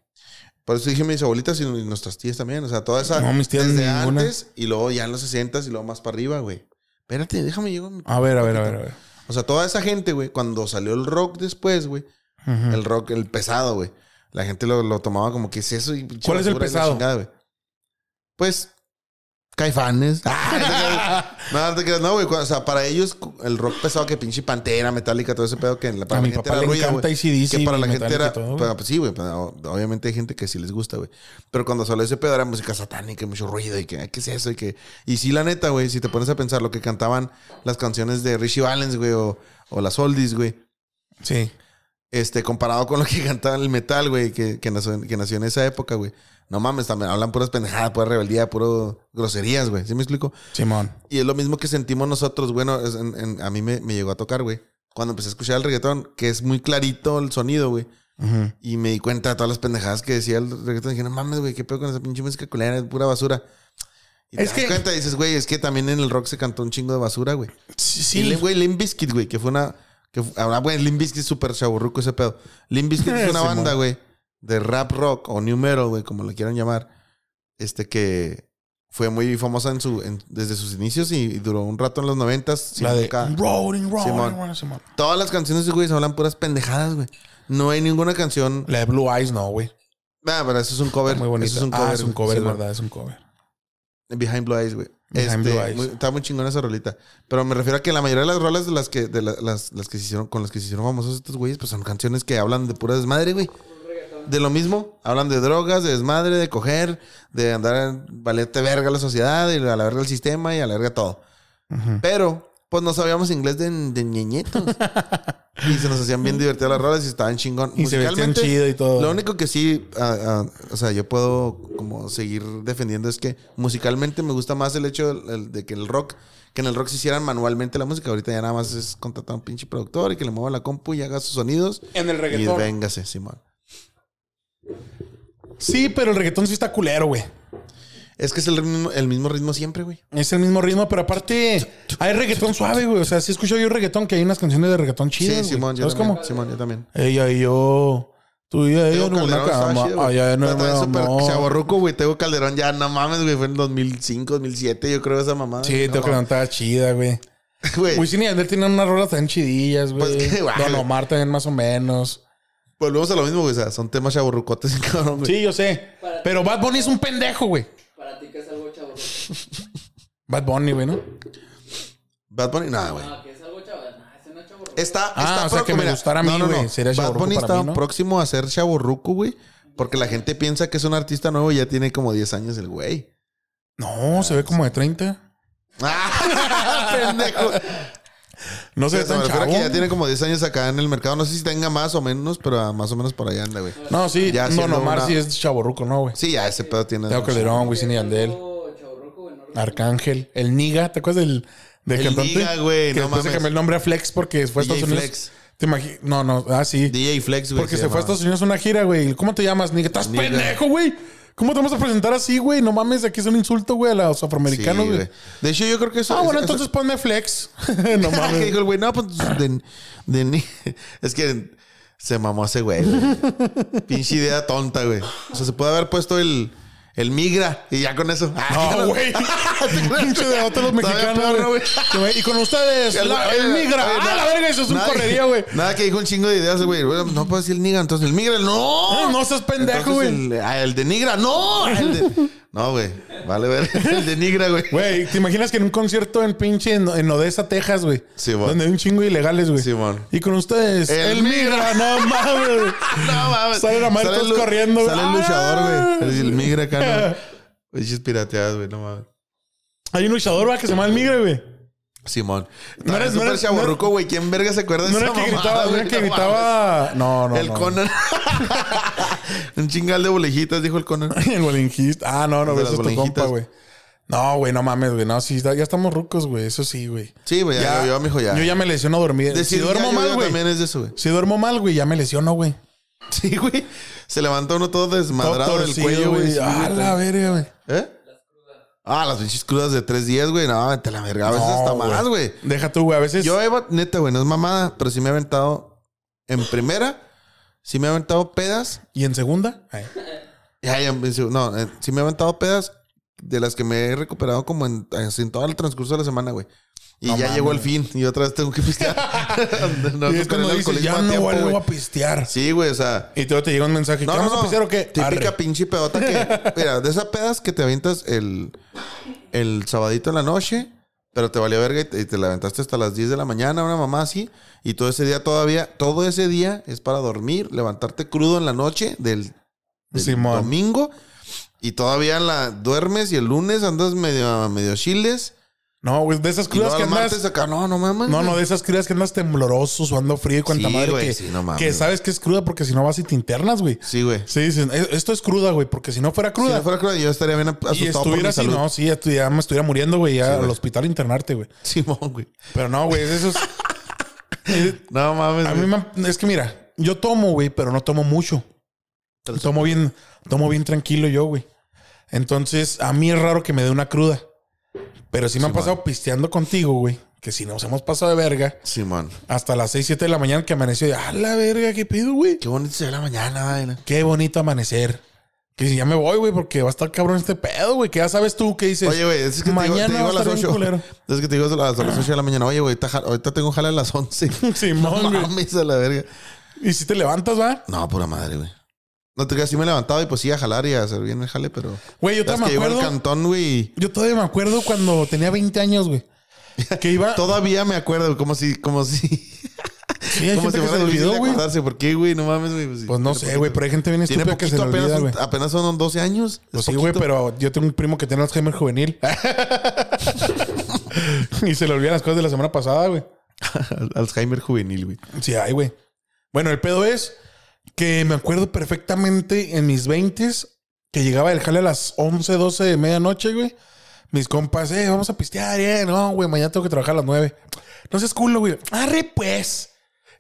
Por eso dije mis abuelitas y nuestras tías también. O sea, toda esa.
No, mis tías
desde
ninguna.
antes y luego ya en los 60 y luego más para arriba, güey. Espérate, déjame llego. a mi-
A ver, a ver, a ver, a ver.
O sea, toda esa gente, güey, cuando salió el rock después, güey,
Ujú.
el rock, el pesado, güey. La gente lo, lo tomaba como que es eso. Y pinche
¿Cuál es el
basura y la
pesado?
chingada, güey. Pues, caifanes.
Ah,
no, no te creas, no, güey. O sea, para ellos, cu- el rock pesado que pinche pantera, metálica, todo ese pedo que la, para
a
la
mi
gente
papá le
era ruido,
encanta
güey.
ICDC.
Que para la gente
Metallica y
era.
todo, güey.
pero, pues, sí, güey. pero, o- obviamente hay gente que sí les gusta, güey. Pero cuando salió ese pedo era música satánica y mucho ruido y que, ay, ¿qué es eso? Y que. Y sí, la neta, güey, si te pones a pensar lo que cantaban las canciones de Richie Valens, güey, o, o las oldies, güey.
Sí.
Este, comparado con lo que cantaba el metal, güey, que, que, nació, que nació en esa época, güey. No mames, también hablan puras pendejadas, pura rebeldía, puro groserías, güey. ¿Sí me explico?
Simón.
Y es lo mismo que sentimos nosotros, bueno, es en- en- a mí me, me llegó a tocar, güey. Cuando empecé a escuchar el reggaetón, que es muy clarito el sonido, güey.
Ujú.
Y me di cuenta de todas las pendejadas que decía el reggaetón. Dije, no mames, güey, qué pedo con esa pinche música culera, es pura basura. Y
Es
te das
que-
cuenta y dices, güey, es que también en el rock se cantó un chingo de basura, güey.
Sí,
Y,
sí.
le- güey, Limp Bizkit, güey, que fue una... Que fu- ahora, güey, Limp Bizkit es súper chaburruco ese pedo. Limp Bizkit es una
Eh, Simón.
banda, güey, de rap rock o new metal, güey, como lo quieran llamar. Este que fue muy famosa en su, en- desde sus inicios y, y duró un rato en los noventas.
la de.
Nunca-
Rolling, rolling,
Simón.
rolling, Simón.
Todas las canciones, de esos güeyes hablan puras pendejadas, güey. No hay ninguna canción...
La de Blue Eyes, no, güey.
Ah, pero eso es un cover.
Muy bonita.
Eso es un cover.
ah, es un cover, es
Simón.
verdad, es un cover.
Behind Blue Eyes, güey.
Behind
Este,
Blue Eyes.
muy- está muy chingona esa rolita. Pero me refiero a que la mayoría de las rolas de las que, de la- las, las que se hicieron, con las que se hicieron famosos estos güeyes, pues son canciones que hablan de pura desmadre, güey. De lo mismo, hablan de drogas, de desmadre, de coger, de andar en valete verga a la sociedad, y a la verga el sistema y a la verga todo.
Ujú.
Pero pues no sabíamos inglés de, de ñeñetos. y se nos hacían bien divertidas las rolas y estaban chingón.
Y se vestían
Musicalmente,
chido y todo.
Lo único que sí, ah, ah, o sea, yo puedo como seguir defendiendo es que musicalmente me gusta más el hecho del- el- de que el rock, que en el rock se hicieran manualmente la música. Ahorita ya nada más es contratar a un pinche productor y que le mueva la compu y haga sus sonidos.
En el
Y
reggaetón.
véngase, Simón.
Sí, pero el reggaetón sí está culero, güey.
Es que es el mismo, el mismo ritmo siempre, güey.
Es el mismo ritmo, pero aparte hay reggaetón suave, güey. O sea, sí escucho yo reggaetón, que hay unas canciones de reggaetón
Sí,
chidas.
Simón, yo
Es
también.
como
Simón, yo también.
ella y yo, tú y ella
Teo
en una
Calderón estaba
cama,
chido, güey.
allá en
Pero también
el
súper
amor.
chavorruco, güey. Teo Calderón ya, no mames, güey. Fue en 2005, 2007, yo creo, esa mamada.
Sí,
No
tengo que
mames,
levantar chida, güey.
Güey,
Wisin y Yandel tienen unas rolas tan chidillas, güey.
Pues qué guay.
Don Omar también más o menos.
volvemos a lo mismo, güey. O sea, son temas chavorrucotes, cabrón, güey.
Sí, yo sé. Pero Bad Bunny es un pendejo, güey.
Para ti que es algo chavo.
Bad Bunny, güey, ¿no?
Bad Bunny, nada, güey.
No, que es algo chavo. No, ese no es chavo.
Está,
Ah,
está
o sea,
pro-
que me
mira,
gustara a mí, güey, sería
Bad
chavorruco
Bunny
para
está
mí, ¿no?
próximo a ser chavorruco, güey. Porque la gente piensa que es un artista nuevo y ya tiene como 10 años el güey.
No, se ve como de 30.
¡Ah! pendejo.
No se ve
Pero se
tan
me refiere
chavo.
a que ya tiene como 10 años acá en el mercado. No sé si tenga más o menos, pero ah, más o menos por allá anda, güey.
No, sí,
Ya
Don
siendo
Omar
una-
sí es chaborruco, ¿no, güey?
Sí, ya ese pedo tiene.
Teo Calderón, Wisin y Yandel, Arcángel, el Niga, ¿te acuerdas del, del
El
cantante?
Niga, güey,
Que
no
después se
mames.
cambió el nombre a Flex porque fue a
DJ
Estados Unidos.
Flex.
¿Te imagi- No, no, ah, sí.
DJ Flex, güey.
porque se fue a Estados Unidos a una gira, güey. ¿Cómo te llamas, Niga? ¡Estás
Niga.
pendejo, güey! ¿Cómo te vamos a presentar así, güey? No mames, aquí es un insulto, güey, a los
Sí,
afroamericanos,
güey.
güey.
De hecho, yo creo que eso.
Ah, bueno,
eso-
entonces ponme Flex. no
Ah, que
mames.
dijo el güey, no, pues de, de ni- es que se mamó ese güey. güey. Pinche idea tonta, güey. O sea, se puede haber puesto el, el migra y ya con eso. Ah,
No, güey. Pinche de otro los
Todavía
mexicanos,
peor, ¿no,
güey. Que, güey, Y con ustedes, la- el migra.
Oye,
¡Ah,
nada-
la verga! Eso es un
nada que-
correría, güey.
Nada que dijo un chingo de ideas, güey. Bueno, No puedo decir el nigra, entonces el migra, no.
No, no seas pendejo,
Entonces,
güey.
El, ah, el de nigra, no. El de- no, güey. Vale, ver. El de nigra, güey.
Güey, ¿te imaginas que en un concierto en pinche en, en Odessa, Texas, güey?
Sí, güey.
Donde hay un chingo de ilegales, güey.
Simón.
Y con ustedes,
El
el, migra, no mames. güey.
No mames.
Sale la madre
Sale
todos
el lu-
corriendo,
Sale el
¡Ah!
luchador, güey. El migra acá, no. Pinches pirateadas, güey, no mames.
Hay un luchador, va, que se llama el migra, güey.
Simón.
No
No
eres-
eres
no
súper
eres-
chaborruco, güey. ¿Quién verga se acuerda de
No
esa
era el que
mamada,
gritaba, no
güey?
era el que
No
gritaba. No, no.
mames. El
no.
Conan. Un chingal de bolejitas, dijo el Conan.
El bolinjista. Ah, no, no,
El de
eso
las
es tu compa,
bolinjitas.
güey. No, güey, no mames, güey. No, sí, ya estamos rucos, güey. Eso sí, güey.
Sí, güey, ya, llovió, mijo, ya.
Yo ya me lesiono dormir.
Decir
si duermo
ya llovió
mal, güey.
También es de eso, güey.
Si duermo mal, güey, ya me lesiono, güey.
Sí, güey. Se levanta uno todo desmadrado
Todo
del
torcido,
cuello, güey. Sí,
Ah,
güey,
la
también.
verga, güey.
¿Eh? Ah, las pinches crudas de tres días, güey. No, te la verga. A veces
No,
Pues hasta más, güey.
Deja tú, güey. A veces.
Yo, Eva, neta, güey, no es mamada, pero sí me he aventado en primera. Sí me he aventado pedas
¿Y en segunda? Ay.
Ya, ya, en serio, no, eh, sí me he aventado pedas de las que me he recuperado como en, así en todo el transcurso de la semana, güey. Y
No
ya
mames.
llegó el fin y otra vez tengo que pistear. no,
y es
con el
cuando dices,
alcoholismo a
ya no
tiempo,
vuelvo
güey.
a pistear.
Sí, güey, o sea.
Y luego te llega un mensaje.
No,
¿Qué
no,
vamos a
no.
pistear o qué?
Típica
Arre.
pinche pedota que. mira, de esas pedas que te avientas el, el sabadito en la noche, pero te valió verga y te, y te la aventaste hasta las 10 de la mañana, una mamá así. Y todo ese día todavía, todo ese día es para dormir, levantarte crudo en la noche del del
Simón.
domingo y todavía la duermes y el lunes andas medio medio chiles
No, güey, de esas
y luego
crudas que
el
andas.
martes acá no no mames
No, no,
güey.
de esas crudas que andas tembloroso, sudando frío y cuanta
Sí,
madre
güey,
que,
sí, no mames,
que
güey.
sabes que es cruda porque si no vas y te internas, güey.
sí güey
Sí, dicen, "E- esto es cruda, güey, porque si no fuera
si
cruda
no fuera cruda yo estaría bien asustado
y
por mi
estuviera así,
salud
no, sí, ya, estu- ya me estuviera muriendo, güey, ya
Sí,
al
güey.
hospital internarte, güey.
Simón güey
Pero no, güey, eso es...
no mames
a
güey.
mí me han- es que mira, yo tomo, güey, pero no tomo mucho. Tomo bien, tomo bien tranquilo yo, güey. Entonces, a mí es raro que me dé una cruda. Pero sí me han
Simón.
pasado pisteando contigo, güey. Que si nos hemos pasado de verga
Simón
hasta las 6, 7 de la mañana que amaneció. Y, ah, la verga, qué pedo, güey.
qué bonito se ve la mañana vaina.
Qué bonito amanecer. Que dice, ya me voy, güey, porque va a estar cabrón este pedo, güey. Que ya sabes tú qué dices.
Oye, güey, es que te digo- te digo,
va
a las
estar bien
8.
culero.
Es que te digo a las 8 de la mañana. Oye, güey, ahorita ja- ahorita tengo jale a las 11.
Simón,
no
güey.
mames a la verga.
Y si te levantas, va.
No, pura madre, güey. No te creas, sí me he levantado y pues sí a jalar y a hacer bien el jale, pero.
Güey, yo
Es
todavía me
que llego al
acuerdo.
cantón, güey. y-
Yo todavía me acuerdo cuando tenía 20 años, güey. Que iba.
Todavía me acuerdo, como si, como si.
Sí, hay
Como
gente que
si
se
fuera
le
difícil
olvidó,
de
güey.
acordarse. ¿Por qué, güey? No mames, güey. sí.
Pues no
Pero
sé,
poquito.
güey, pero hay gente bien
Tiene
estúpida que
poquito,
se le
apenas,
olvida,
son-
güey.
apenas son 12 años. Es
Pues sí, güey,
poquito.
pero yo tengo un primo que tiene Alzheimer juvenil. y se le olvidan las cosas de la semana pasada, güey.
Alzheimer juvenil, güey.
Sí, hay, güey. Bueno, el pedo es que me acuerdo perfectamente en mis 20 que llegaba del jale a las 11, 12 de medianoche, güey. Mis compas, eh, vamos a pistear, eh. No, güey, mañana tengo que trabajar a las 9. No seas culo, güey. Arre, pues.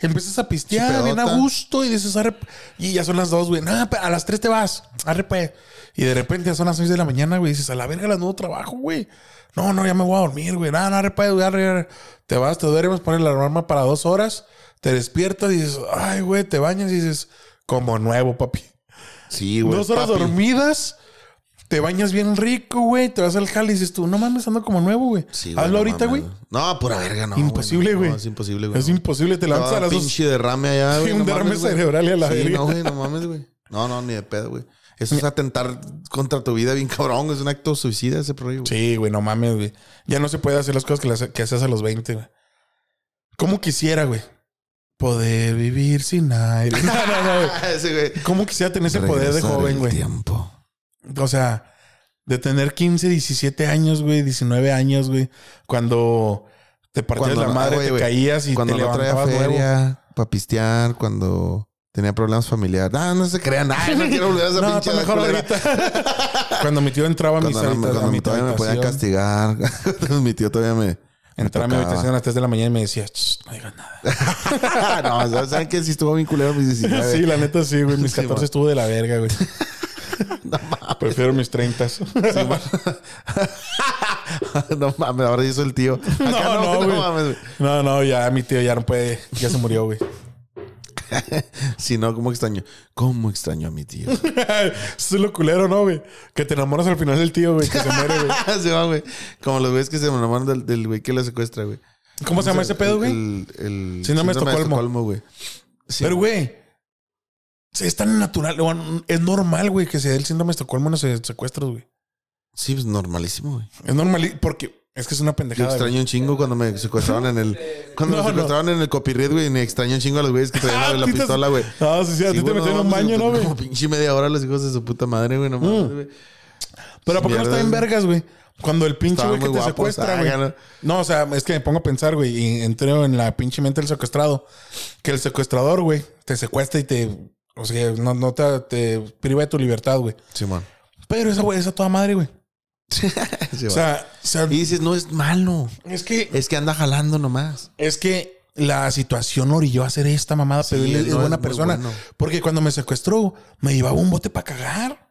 Empiezas a pistear
Su
bien a
pedota.
gusto y dices, arre. Y ya son las 2, güey. Nada, a las 3 te vas. Arre, pues. Y de repente ya son las 6 de la mañana, güey. Dices, a la verga, las 9 trabajo, güey. No, no, ya me voy a dormir, güey. Nada, no, arre, pues, güey, arre, arre. Te vas, te duermes, pones la alarma para dos horas. Te despiertas y dices, ay, güey, te bañas y dices, como nuevo, papi.
Sí, güey.
Dos horas
papi.
dormidas. Te bañas bien rico, güey. Te vas al jale y dices tú, no mames, ando como nuevo, güey.
Sí, güey,
Hazlo
no
ahorita,
mames.
güey.
No, pura verga, no. güey,
Imposible,
no,
güey.
no, es imposible, güey.
es
no.
imposible, te
Te va a
lanzas a
dar
las dos.
pinche derrame allá,
Sí,
güey.
un derrame
güey.
cerebral y a la
Sí,
verga.
No, güey, no mames, güey. No, no, ni de pedo, güey. Eso es atentar contra tu vida bien cabrón. güey. Es un acto suicida ese proyecto.
Sí, güey, no mames, güey. Ya no se puede hacer las cosas que, las, que haces a los 20, güey. ¿Cómo quisiera, güey? Poder vivir sin aire. No, no, no, güey.
Ah, ese, güey.
¿Cómo quisiera tener ese poder de
Regresar
joven,
el
güey?
tiempo.
O sea, de tener 15, 17 años, güey, 19 años, güey, cuando te partías
Cuando
la
no-
madre,
oye,
te
güey,
caías y
cuando
te
no traía
levantabas nuevo.
feria para pistear, cuando tenía problemas familiares. Ah, no se crean. Ah, no quiero volver a esa
No,
pinche
está mejor
culera.
ahorita. cuando mi tío entraba a mis
Cuando, no-
hábitats,
cuando
a mi
mi todavía me podían
habitación,
castigar. Cuando mi tío todavía me. me
entraba a mi
tocaba.
habitación a las 3 de la mañana y me decía, "Shh, no digas nada.
no, ¿sabes- ¿saben qué? Sí estuvo bien culero mis 19.
Sí, la neta sí, güey. Mis
Sí,
14
man.
estuvo de la verga, güey. Prefiero mis 30.
no mames, ahora yo soy el tío. Acá
No, no,
no, no,
güey.
mames. güey.
no, no, ya mi tío ya no puede. Ya se murió, güey.
Si no, ¿cómo extraño? ¿Cómo extraño a mi tío?
Eso es lo culero, ¿no, güey? Que te enamoras al final del tío, güey. Que se muere, güey.
Sí, va, güey. Como los güeyes que se enamoran del- del güey que la secuestra, güey.
¿Cómo se llama ese pedo, güey?
El, el- el
Síndrome de
de
Estocolmo.
Estocolmo, güey. Sí,
Pero, güey, sí, es tan natural. o- Es normal, güey, que se dé el síndrome de Estocolmo en los secuestros, güey.
Sí, pues normalísimo, güey.
Es normal y- porque es que es una
Yo
pendejada.
extraño un chingo cuando me secuestraron en el. Cuando
No, no.
me secuestraron en el copyright, güey. Y me extraño un chingo a los güeyes que traían la,
güey. Ah,
la
sí te-
pistola, güey.
Ah, sí, sí, a ti
Sí,
te
güey,
metieron en un
mames,
baño, ¿no, güey?
Como pinche media hora los hijos de su puta madre, güey. No mames,
Mm.
güey.
Pero ¿a poco no
Mierda,
está en
güey.
vergas, güey? Cuando el pinche
Estaba
güey que
muy
te
guapo,
secuestra,
estaba
güey.
gano.
No, o sea, es que me pongo a pensar, güey, y entro en la pinche mente del secuestrado. Que el secuestrador, güey, te secuestra y te. O sea, no, no te, te priva de tu libertad, güey.
Simón.
Pero esa, güey, esa toda madre, güey.
Sí,
O
va.
sea, o sea,
y dices, no es malo.
es que.
Es que anda jalando nomás.
Es que la situación orilló a hacer esta mamada, pero
Sí,
él es
no, es
buena
muy
persona.
bueno.
Porque cuando me secuestró, me llevaba un bote para cagar.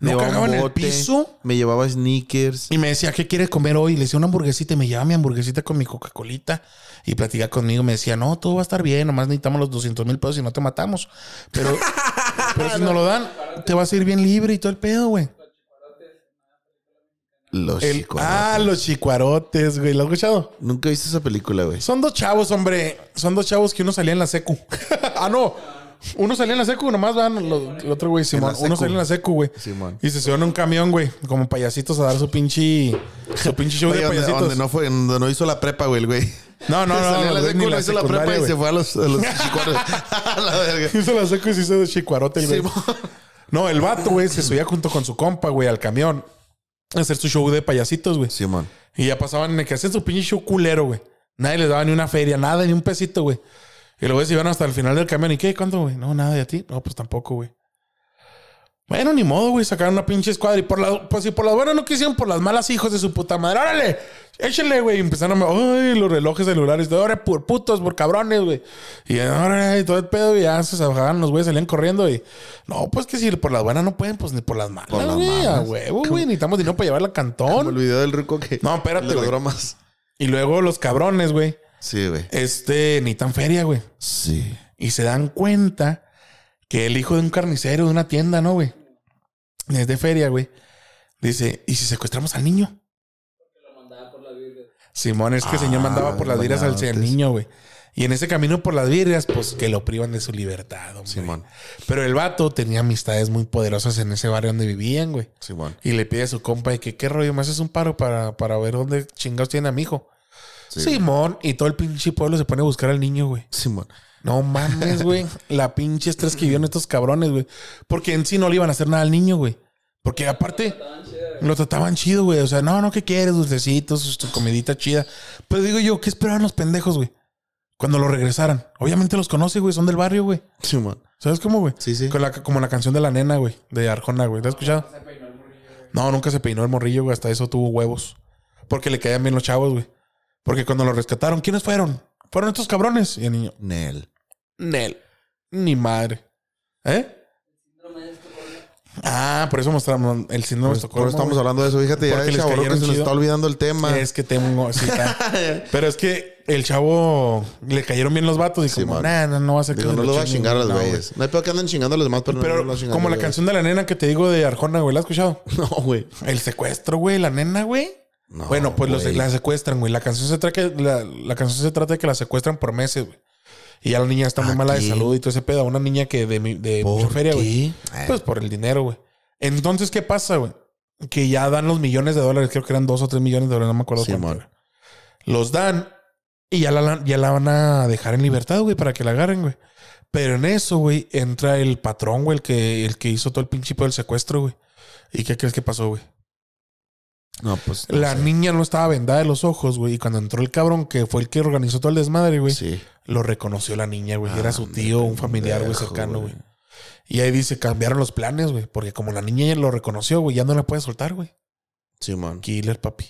Me
No
llevaba
cagaba
un
en el
bote,
piso.
Me llevaba sneakers.
Y me decía, ¿qué quieres comer hoy? Le hice una hamburguesita y me llevaba mi hamburguesita con mi Coca-Colita y platicaba conmigo. Me decía, no, todo va a estar bien, nomás necesitamos los 200 mil pesos y no te matamos. Pero, pero si no lo dan, te vas a ir bien libre y todo el pedo, güey.
Los
El-
chicos.
ah, los chicuarotes, güey. ¿Lo has escuchado?
Nunca viste esa película, güey.
Son dos chavos, hombre. Son dos chavos que uno salía en la secu. ah, no. Uno salía en la secu, nomás van lo- el otro güey, Simón.
la
Uno
secu.
salía en la secu, güey.
Simón.
Y se subió en un camión, güey. Como payasitos a dar su pinche. Su pinche show
Oye,
de
donde,
payasitos.
donde no fue, donde no hizo la prepa, güey, el güey.
No, no, no,
Salía
no,
a la
güey,
secu,
ni la
no hizo la prepa
secundaria,
y se
güey.
fue a los, a los chicuaros. A la verga.
Hizo la secu y se hizo de chicuarote el güey. No, el vato, güey, se subía junto con su compa, güey, al camión. A hacer su show de payasitos, güey.
Simón.
Y ya pasaban, que hacían su pinche show culero, güey. Nadie les daba ni una feria, nada, ni un pesito, güey. Y luego se iban hasta el final del camión. ¿Y qué? ¿Cuánto, güey? No, nada, ¿y a ti? No, pues tampoco, güey. Bueno, ni modo, güey. Sacaron una pinche escuadra. Y por las, pues si por las buenas no quisieron, por las malas hijos de su puta madre. ¡Órale! Échenle, güey. Y empezaron a... ¡Ay! Los relojes celulares. todo, ¡Órale! Por putos, por cabrones, güey. Y órale, y todo el pedo. Y ya se bajaban los güeyes, salían corriendo. Y no, pues que si por las buenas no pueden, pues ni por las malas,
Por las
güey. A
malas.
huevo, güey. Necesitamos dinero para llevarla al
Como
cantón.
el video del ruco que.
No, espérate,
el de las
güey.
bromas.
Y luego los cabrones, güey.
Sí, güey.
Este, ni tan feria, güey.
Sí.
Y se dan cuenta que el hijo de un carnicero de una tienda, ¿no, güey? Es de feria, güey. Dice, ¿y si secuestramos al niño?
Lo mandaba por la Biblia.
Simón, es que el señor
Ah,
mandaba por las vidas al
bañadotes.
niño, güey. Y en ese camino por las virgas, pues que lo privan de su libertad, hombre.
Simón.
Pero el vato tenía amistades muy poderosas en ese barrio donde vivían, güey.
Simón.
Y le pide a su compa de que qué rollo, me haces un paro para, para ver dónde chingados tiene a mi hijo. Simón, y todo el pinche pueblo se pone a buscar al niño, güey.
Simón.
No mames, güey. La pinche estrés que vivieron estos cabrones, güey. Porque en sí no le iban a hacer nada al niño, güey. Porque aparte
Estaban chidas.
lo trataban chido, güey. O sea, no, no, ¿qué quieres? Dulcecitos, tu comidita chida. Pero digo yo, ¿qué esperaban los pendejos, güey? Cuando lo regresaran. Obviamente los conoce, güey. Son del barrio, güey.
Simón.
¿Sabes cómo, güey?
Sí, sí.
Con la- como la canción de la nena, güey. De Arjona, güey. ¿La has escuchado?
Se peinó el morrillo, güey.
No, nunca se peinó el morrillo, güey. Hasta eso tuvo huevos. Porque le caían bien los chavos, güey. Porque cuando lo rescataron, ¿quiénes fueron? Fueron estos cabrones. Y el niño,
Nel.
Nel. Ni madre. ¿Eh?
Síndrome de Estocolmo.
Ah, por eso mostramos el síndrome de Estocolmo.
Por eso Pues, estamos
güey.
hablando de eso. Fíjate, ya
Porque les
el chaborruco
cayeron
se nos
chido.
está olvidando el tema.
Es que tengo. sí, está. Pero es que el chavo le cayeron bien los vatos y
Sí,
como,
man.
nah, no, no va a ser que
Digo,
se
no lo va a
chinguen,
chingar a los
no, güey.
güeyes. No, hay peor que anden chingando a los demás, pero, no,
Pero
no los chingan
como
a
la
los
canción de la nena que te digo de Arjona, güey, ¿la has escuchado?
güeyes. No, güey.
El secuestro, güey, la nena, güey.
No,
bueno, pues los,
güey.
la secuestran, güey. La canción se trata que la, la canción se trata de que la secuestran por meses, güey. Y ya la niña está muy
¿A
mala de
qué?
salud y todo ese pedo. Una niña que de, mi- de mucha
¿Por
feria, güey.
qué? Eh,
Pues por el dinero, güey. Entonces, ¿qué pasa, güey? Que ya dan los millones de dólares, creo que eran dos o tres millones de dólares, no me acuerdo cuánto
Simón.
era. Los dan y ya la, ya la van a dejar en libertad, güey, para que la agarren, güey. Pero en eso, güey, entra el patrón, güey, el que, el que hizo todo el pinche pedo del secuestro, güey. ¿Y qué crees que pasó, güey?
no, pues. no
La
sé.
niña no estaba vendada de los ojos, güey. Y cuando entró el cabrón, que fue el que organizó todo el desmadre, güey,
Sí.
lo reconoció la niña, güey. Era su
Ah,
tío, un
pendejo,
familiar, güey, cercano, güey. Y ahí dice, cambiaron los planes, güey. Porque como la niña ya lo reconoció, güey, ya no la puede soltar, güey.
Simón.
Killer, papi.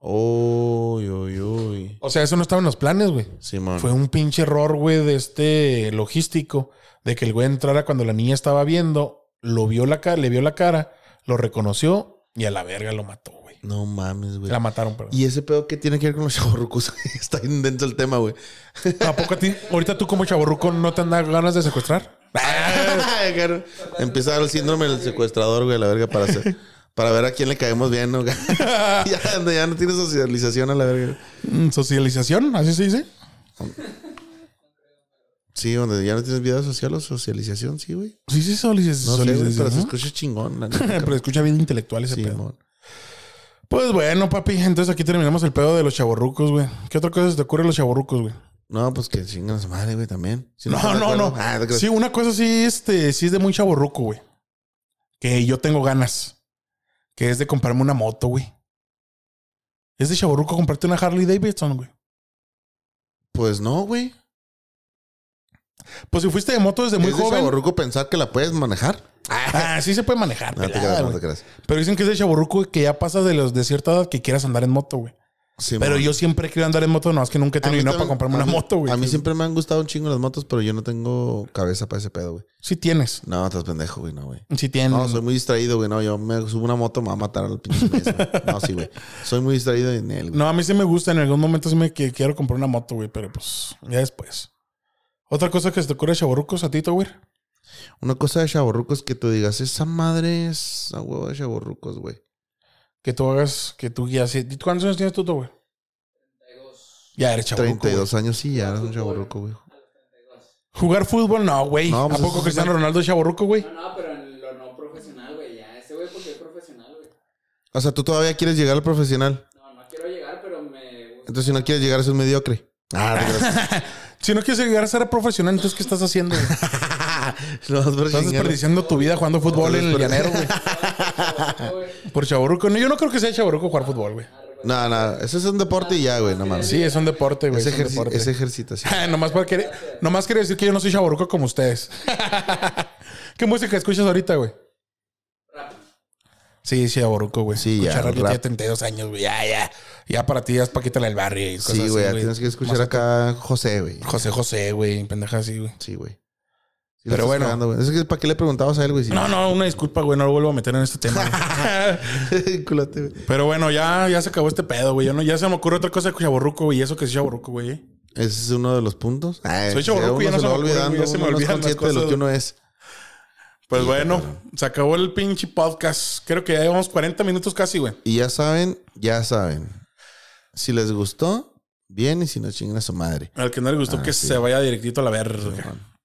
Uy, uy, uy.
O sea, eso no estaba en los planes, güey.
Simón.
Fue un pinche error, güey, de este logístico. De que el güey entrara cuando la niña estaba viendo, lo vio la cara, le vio la cara, lo reconoció y a la verga lo mató, güey.
No mames, güey.
La mataron, perdón.
Y ese pedo que tiene que ver con los chavorrucos. Está bien dentro del tema, güey.
¿A poco a ti, ahorita tú como chaborruco no te dan ganas de secuestrar?
Claro. Empieza el síndrome del secuestrador, güey, a la verga, para hacer- Para ver a quién le caemos bien, ¿no? ya, ya no tiene socialización a la verga.
Mm, Socialización, así se dice.
Sí, donde ya no tienes vida social o socialización, sí, güey.
Sí, sí,
No
socialización.
sé, güey, pero se
¿no?
escucha chingón. La
Eh, Pero
neta,
escucha bien intelectual ese
sí,
pedo.
mon.
Pues bueno, papi, entonces aquí terminamos el pedo de los chaborrucos, güey. ¿Qué otra cosa se te ocurre de los chaborrucos, güey?
no, pues que chingan a su madre, güey, también. Si
No,
están de
no, no.
acuerdo- Ah, te creas.
sí, una cosa sí, este, sí es de muy chaborruco, güey. Que yo tengo ganas. Que es de comprarme una moto, güey. Es de chaborruco comprarte una Harley Davidson, güey.
Pues no, güey.
Pues si fuiste de moto desde muy
es de
joven.
chavorruco pensar que la puedes manejar.
Ah, sí se puede manejar.
No te
pelada,
creas, no
güey.
te creas.
Pero dicen que es de chaburruco que ya pasas de los de cierta edad que quieras andar en moto, güey.
Sí,
Pero
mon.
yo siempre quiero andar en moto, no, es que nunca he
A mí
tenido dinero para
también-
comprarme
a
una
mí-
moto, güey.
A mí siempre me han gustado un chingo las motos, pero yo no tengo cabeza para ese pedo, güey.
Sí tienes.
No, estás pendejo, güey, no, güey.
Sí tienes.
No, soy muy distraído, güey. No, yo me subo una moto, me va a matar al pinche mes, güey. No, sí, güey. Soy muy distraído en él, güey.
No, a mí sí me gusta. En algún momento sí me qui- quiero comprar una moto, güey, pero pues ya después. Otra cosa que se te ocurre, chaburrucos, a ti, güey.
Una cosa de chaborrucos que tú digas, esa madre es a huevo de chaborrucos, güey.
Que tú hagas, que tú guías. ¿Y ¿Cuántos años tienes tú, tú, güey? Ya eres chaburruco.
32 años, sí, ya eres un chaborruco, güey.
Jugar fútbol, no, güey.
No,
¿A
pues, eso
poco
es
Cristiano Ronaldo es chaburruco, güey?
No, no, pero en lo no profesional, güey, ya. Ese güey porque es profesional, güey.
O sea, tú todavía quieres llegar al profesional.
No, no quiero llegar, pero me gusta.
Entonces, si no quieres llegar, es un mediocre. Ah, te creas.
Si no quieres llegar a ser profesional, entonces ¿qué estás haciendo? güey?
no, es por
Estás
chingar.
desperdiciando tu vida jugando fútbol en el
Estás
llanero, güey.
güey.
Por chaburruco. No, yo no creo que sea chaburruco jugar fútbol, güey.
No, no, ese es un deporte y ya, güey, no mames.
Sí, es un deporte, güey.
Es,
Es, un
ejerci-
deporte.
es ejercitación.
Ah, nomás, para querer- nomás quiere decir que yo no soy chaburruco como ustedes. ¿Qué música escuchas ahorita, güey?
Rap.
Sí, sí, chaburruco, güey.
Sí, ya,
Escuchar radio
rap.
tiene 32 años, güey. Ya, ya. Ya para ti ya es Paquita la del barrio y cosas
Sí,
así,
güey, ya tienes que escuchar
Más
acá José, güey.
José José, güey. Pendeja así, güey.
Sí, güey. Sí,
Pero
la estás
bueno.
cagando, güey. es que ¿para qué le preguntabas a él, güey? Si-
No, no, una disculpa, güey. No lo vuelvo a meter en este tema. güey.
Culate, güey.
Pero bueno, ya, ya se acabó este pedo, güey. Ya, no, ya se me ocurre otra cosa que chaburruco, güey. Y eso que sí chaburruco, güey.
Ese es uno de los puntos. Ah, Ay,
Soy chavorruco y ya
uno
no se
lo
me ocurre, güey, ya se me
uno no es
olvidan las
consciente de lo
cosas.
que uno es.
Pues bueno, se acabó el pinche podcast. Creo que ya llevamos 40 minutos casi, güey.
Y ya saben, ya saben. Si les gustó, bien. Y si no, chingan a su madre.
Al que no le gustó
Ah,
que
sí.
se vaya directito a la verga.
Simón.